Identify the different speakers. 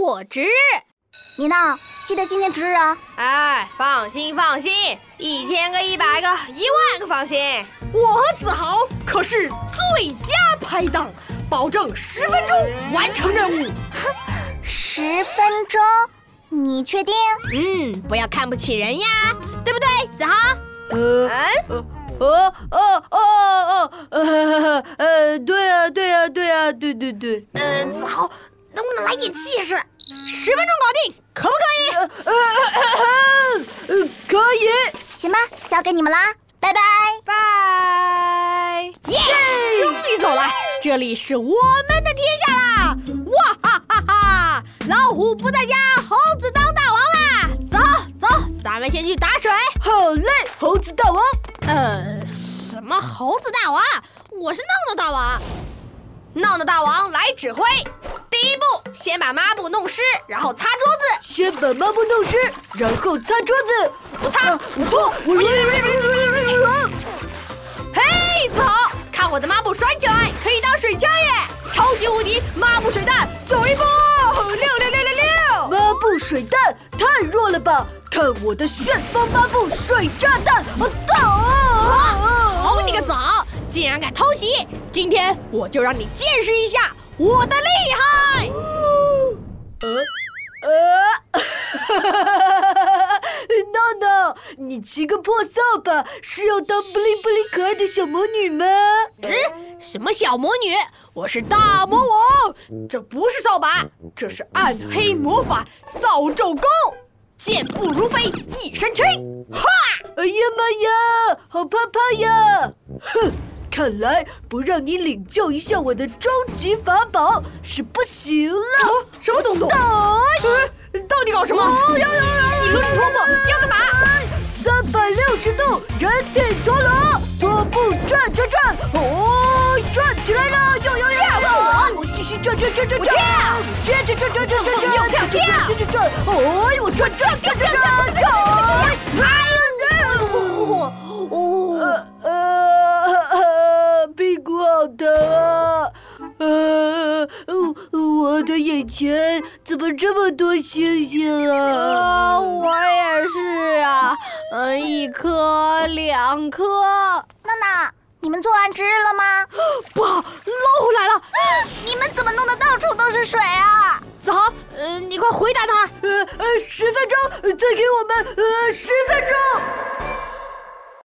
Speaker 1: 火值日。
Speaker 2: 妮娜，记得今天值日啊！
Speaker 3: 哎，放心放心，一千个、一百个、一万个，放心。
Speaker 4: 我和子豪可是最佳拍档，保证十分钟完成任务。
Speaker 2: 十分钟，你确定？
Speaker 3: 嗯，不要看不起人呀，对不对，子豪？嗯
Speaker 5: 呃，呃，哦哦哦哦，呃呃，对啊对啊对啊对对对。
Speaker 4: 呃，子豪，能不能来点气势？
Speaker 3: 十分钟搞定，可不可以？
Speaker 5: 呃呃呃，可以。
Speaker 2: 行吧，交给你们啦，拜拜。
Speaker 3: 拜。
Speaker 4: 耶！终于走了，
Speaker 3: 这里是我们的天下啦！哇哈哈哈！老虎不在家，猴子当大王啦！走走，咱们先去打水。
Speaker 5: 好嘞，猴子大王。
Speaker 3: 呃，什么猴子大王？我是闹闹大王。闹闹大王来指挥。第一步，先把抹布弄湿，然后擦桌子。
Speaker 5: 先把抹布弄湿，然后擦桌子。啊
Speaker 3: 我擦，我搓，我嘿，子豪，看我的抹布甩起来，可以当水枪耶！超级无敌抹布水弹，走一波，六六六六六！
Speaker 5: 抹布水弹太弱了吧？看我的旋风抹布水炸弹！啊，到！
Speaker 3: 好你个枣，竟然敢偷袭！今天我就让你见识一下我的厉害！
Speaker 5: 呃，闹闹，你骑个破扫把是要当布灵布灵可爱的小魔女吗？
Speaker 3: 嗯，什么小魔女？我是大魔王！
Speaker 4: 这不是扫把，这是暗黑魔法扫帚功，
Speaker 3: 健步如飞，一身轻。哈！
Speaker 5: 哎呀妈呀，好怕怕呀！哼，看来不让你领教一下我的终极法宝是不行
Speaker 3: 啊
Speaker 5: 了。
Speaker 4: 什么东东？
Speaker 3: 到底搞什么？
Speaker 5: 哦
Speaker 3: 你轮着婆婆要干嘛？
Speaker 5: 三百六十度人体陀螺，臀部转转转，哦，转起来了！哟哟哟！我继续转转转转转，接着转转转转转，又跳跳，接着转，哦，我转转转转转转，
Speaker 4: 哦，
Speaker 5: 呃，屁股好疼啊！呃，我的眼前怎么这么多星星啊？
Speaker 3: 啊，我也是啊，嗯，一颗，两颗。
Speaker 2: 娜娜，你们做完值日了吗？
Speaker 4: 爸，老虎来了！
Speaker 2: 你们怎么弄得到处都是水啊？
Speaker 3: 子豪，嗯、你快回答他。呃
Speaker 5: 呃呃，十分钟，再给我们呃十分钟。